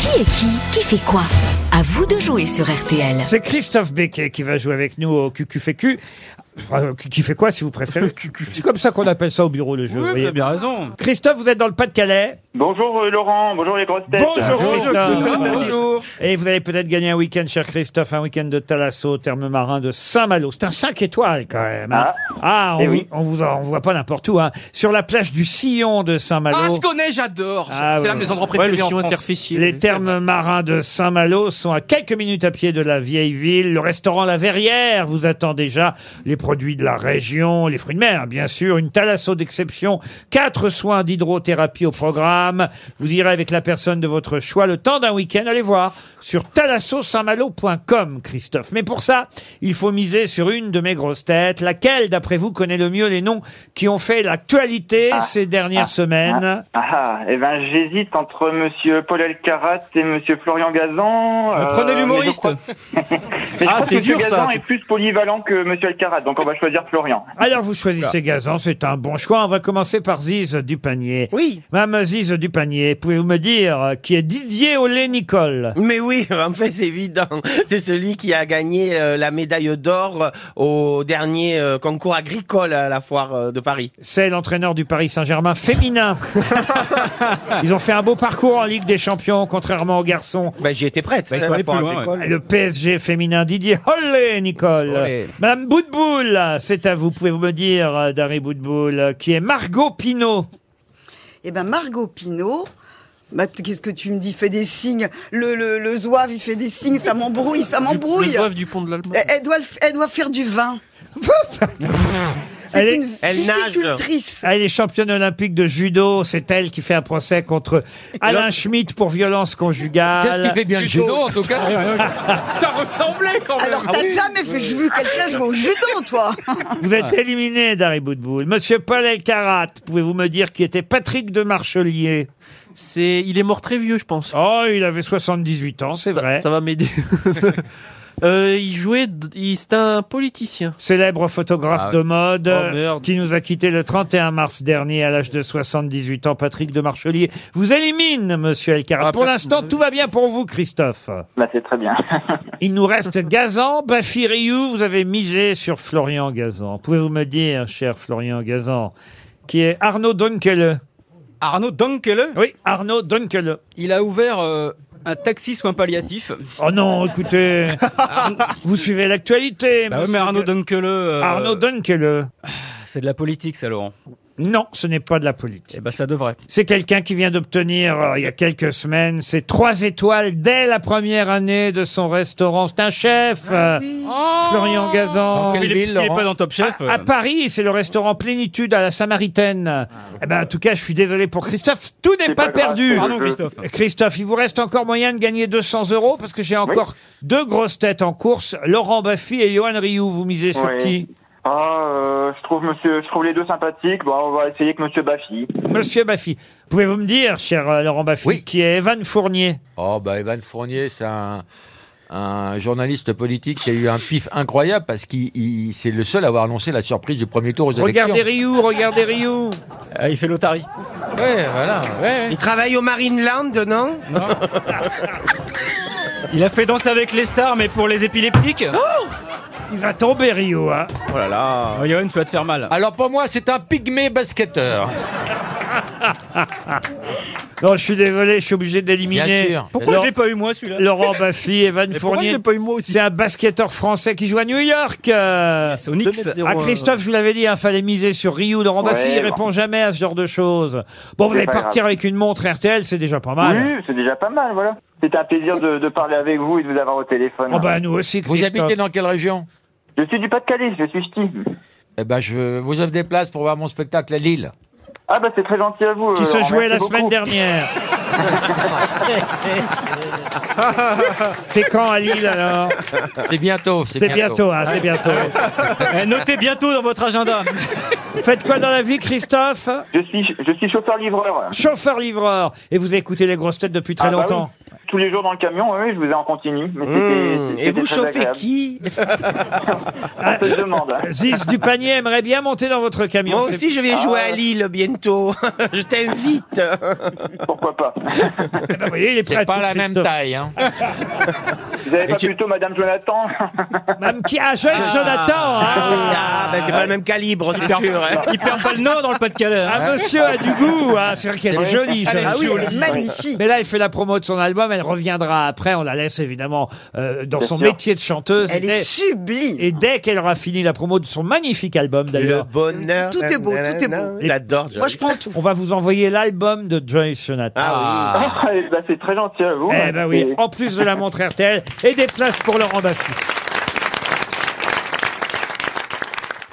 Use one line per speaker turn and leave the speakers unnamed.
Qui est qui Qui fait quoi À vous de jouer sur RTL.
C'est Christophe Becquet qui va jouer avec nous au QQFQ. Enfin, euh, qui qui fait quoi si vous préférez C'est comme ça qu'on appelle ça au bureau le jeu. vous voyez.
bien raison.
Christophe, vous êtes dans le Pas-de-Calais.
Bonjour euh, Laurent, bonjour les grosses têtes.
Bonjour Christophe.
Bonjour.
Et vous allez peut-être gagner un week-end, cher Christophe, un week-end de Thalasso, terme marin de Saint-Malo. C'est un 5 étoiles quand même. hein. Ah, on,
Eh
vous-
oui.
on vous en- on voit pas n'importe où. hein. Sur la plage du Sillon de Saint-Malo.
Ah, je connais, j'adore. C'est
Ah,
c'est l'un
ouais.
de mes endroits
Ouais,
préférés
le
en
sillon
France.
interstitiel.
Les thermes marins de Saint-Malo sont à quelques minutes à pied de la vieille ville. Le restaurant La Verrière vous attend déjà. Les produits de la région, les fruits de mer, bien sûr. Une thalasso d'exception. Quatre soins d'hydrothérapie au programme. Vous irez avec la personne de votre choix le temps d'un week-end. Allez voir sur thalassosaintmalo.com, Christophe. Mais pour ça, il faut miser sur une de mes grosses têtes. Laquelle, d'après vous, connaît le mieux les noms qui ont fait l'actualité ces dernières semaines
Ah, et ben j'hésite entre Monsieur Paul Elkarat et Monsieur Florian Gazan. Euh,
Prenez l'humoriste.
mais je crois- mais je
Ah,
crois
c'est
que
dur,
Monsieur
ça,
Gazan
c'est-
est plus polyvalent que Monsieur Elkarat, donc on va choisir Florian.
Alors vous choisissez Gazan, c'est un bon choix. On va commencer par Ziz Dupanier.
Oui,
Madame Ziz Dupanier, pouvez-vous me dire euh, qui est Didier Olé-Nicole
mais oui, en fait, c'est évident. C'est celui qui a gagné euh, la médaille d'or euh, au dernier euh, concours agricole à la foire euh, de Paris.
C'est l'entraîneur du Paris Saint-Germain féminin. Ils ont fait un beau parcours en Ligue des Champions, contrairement aux garçons.
Ben, j'y étais prête.
Ben, ils sont
hein, la
allés
foire
plus loin,
agricole.
Le PSG féminin, Didier Olé-Nicole.
Olé.
Madame Boutboul, c'est à vous. Pouvez-vous me dire, euh, Dari Boutboul, euh, qui est Margot Pinot
Eh ben Margot Pinot. Bah, t- Qu'est-ce que tu me dis Fais des signes. Le, le, le zouave, il fait des signes, ça m'embrouille, ça m'embrouille.
Le du pont de l'Allemagne.
Elle, elle doit, le f- elle doit faire du vin.
Elle
C'est
est- Ah,
une
elle nage.
viticultrice.
Elle est championne olympique de judo. C'est elle qui fait un procès contre Alain Schmitt pour violence
Qu'est-ce
conjugale.
qu'il fait bien le Ah, judo en tout cas Ça ressemblait quand même.
Alors, t'as jamais fait je veux quelqu'un jouer au judo, toi
Vous êtes éliminé, Dari Boudboul. Monsieur Paul Elkarat, pouvez-vous me dire qui était Patrick de Marchelier
C'est, il est mort très vieux, je pense.
Oh, il avait 78 ans, c'est vrai.
Ça va m'aider. Euh, il jouait, d- il- c'était un politicien.
Célèbre photographe
Ah.
de mode
Oh, merde.
qui nous a quitté le 31 mars dernier à l'âge de 78 ans, Patrick de Marchelier. Vous élimine, monsieur Elkarat.
Ah,
pour
pas-
l'instant, tout va bien pour vous, Christophe.
Là c'est très bien.
Il nous reste Gazan, Bafi Rioux, vous avez misé sur Florian Gazan. Pouvez-vous me dire, cher Florian Gazan, qui est Arnaud Dunkele
Arnaud Dankele,
Oui, Arnaud Dunkele.
il a ouvert euh, un taxi soins
Eh
palliatifs.
ben,
Oh non, écoutez, vous suivez l'actualité.
Bah ouais,
monsieur.
mais Arnaud Dunkele. euh,
Arnaud Dunkele.
C'est de la politique, ça, Laurent.
Non, ce n'est pas de la
Eh
politique.
ben, ça devrait.
C'est quelqu'un qui vient d'obtenir, euh, il y a quelques semaines, ses trois étoiles dès la première année de son restaurant. C'est un chef, euh, Florian
Oh,
Gazan.
Quelle ville, Laurent Ah,
dans Top Chef. euh.
À Paris, c'est le restaurant Plénitude à la Samaritaine. Eh ben, en tout cas, je suis désolé pour Christophe. Tout n'est
C'est
pas,
pas grave,
perdu.
c'est
Pardon, Christophe.
Euh, Christophe, il vous reste encore moyen de gagner 200 euros parce que j'ai encore deux grosses têtes en course. Laurent Baffy et Johan Rioux. Vous misez sur
Ouais.
qui
Ah, euh, je trouve Monsieur, je trouve les deux sympathiques. Bon, on va essayer que Monsieur Baffy.
Monsieur Baffy. Pouvez-vous me dire, cher euh, Laurent Baffy,
Oui.
qui est Evan Fournier
Oh, bah, Evan Fournier, c'est un, un journaliste politique qui a eu un pif incroyable parce qu'il il- c'est le seul à avoir annoncé la surprise du premier tour aux élections.
Regardez Rioux, regardez Rioux.
Ah,
il fait l'Otari.
Ouais, voilà.
Il travaille au Marineland, non
Il a fait danse avec les stars, mais pour les épileptiques.
Il va tomber, Rioux. hein.
Oh là là.
Ah,
Oh, Johan, tu vas te faire mal.
Alors, pour moi, c'est un pygmée basketteur.
Non, je suis désolé, je suis obligé d'éliminer.
Bien sûr.
Pourquoi
Laurent-
je l'ai pas eu moi celui-là
Laurent Baffy, Evan Fournier.
pas eu moi
C'est un basketteur français qui joue à New York. euh.
C'est au Knicks.
Ah, Christophe, je vous l'avais dit, il fallait miser sur Ryu. Laurent
Ouais,
Baffy, il
bon.
répond jamais à ce genre de choses. Bon, vous
C'est
allez
pas
partir avec une montre RTL, c'est déjà pas mal.
Oui, c'est déjà pas mal, voilà. C'était un plaisir de, de parler avec vous et de vous avoir au téléphone.
Oh, bah, nous aussi,
Vous
Christophe.
habitez dans quelle région
Je suis du Pas-de-Calais, je suis ch'ti.
Eh ben, je vous offre des places pour voir mon spectacle à Lille.
Ah bah c'est très gentil à vous.
Qui
euh,
se
Laurent,
jouait la
merci
semaine
beaucoup.
dernière. c'est quand à Lille alors
C'est bientôt.
C'est bientôt, hein, c'est bientôt.
Euh,
Notez bientôt dans votre agenda.
Faites quoi dans la vie, Christophe
Je suis, je suis chauffeur-livreur.
Chauffeur-livreur. Et vous écoutez les grosses têtes depuis très
Ah bah
longtemps.
oui. tous les jours dans le camion, oui, oui, je vous ai en continu. Mais c'était-
Mmh.
c'était
Et vous
très
chauffez
agréable.
qui
On se demande. hein,
Ziz du panier aimerait bien monter dans votre camion.
Oh,
Moi
C'est-
aussi, je vais
Ah.
jouer à Lille bientôt. je t'invite.
Pourquoi pas
Eh ben, vous voyez, il est prêt à
C'est pas
tout,
la même
Christophe.
taille. Hein.
Vous avez pas
tu-
plutôt Madame Jonathan
Madame qui ah, Joyce Jonathan.
Ah,
Ah,
ben, c'est pas le même calibre, c'est sûr. hein.
Il perd pas le nom dans le Pas-de-Calais. hein.
Ah, monsieur a du goût. hein. C'est vrai qu'elle est jolie. Joyce.
Ah oui, elle est magnifique.
Mais là, elle fait la promo de son album. Elle reviendra après. On la laisse évidemment euh, dans
Bien
son
sûr.
métier de chanteuse.
Elle
Et-
est sublime.
Et dès qu'elle aura fini la promo de son magnifique album
Le
d'ailleurs,
bonheur.
Tout est beau, tout est beau.
J'adore.
Moi, je prends tout.
on va vous envoyer l'album de Joyce Jonathan.
Ah
Eh ben, C'est très gentil à vous.
Eh ben oui,
Et-
en plus de la montre RTL et des places pour Laurent Baffy.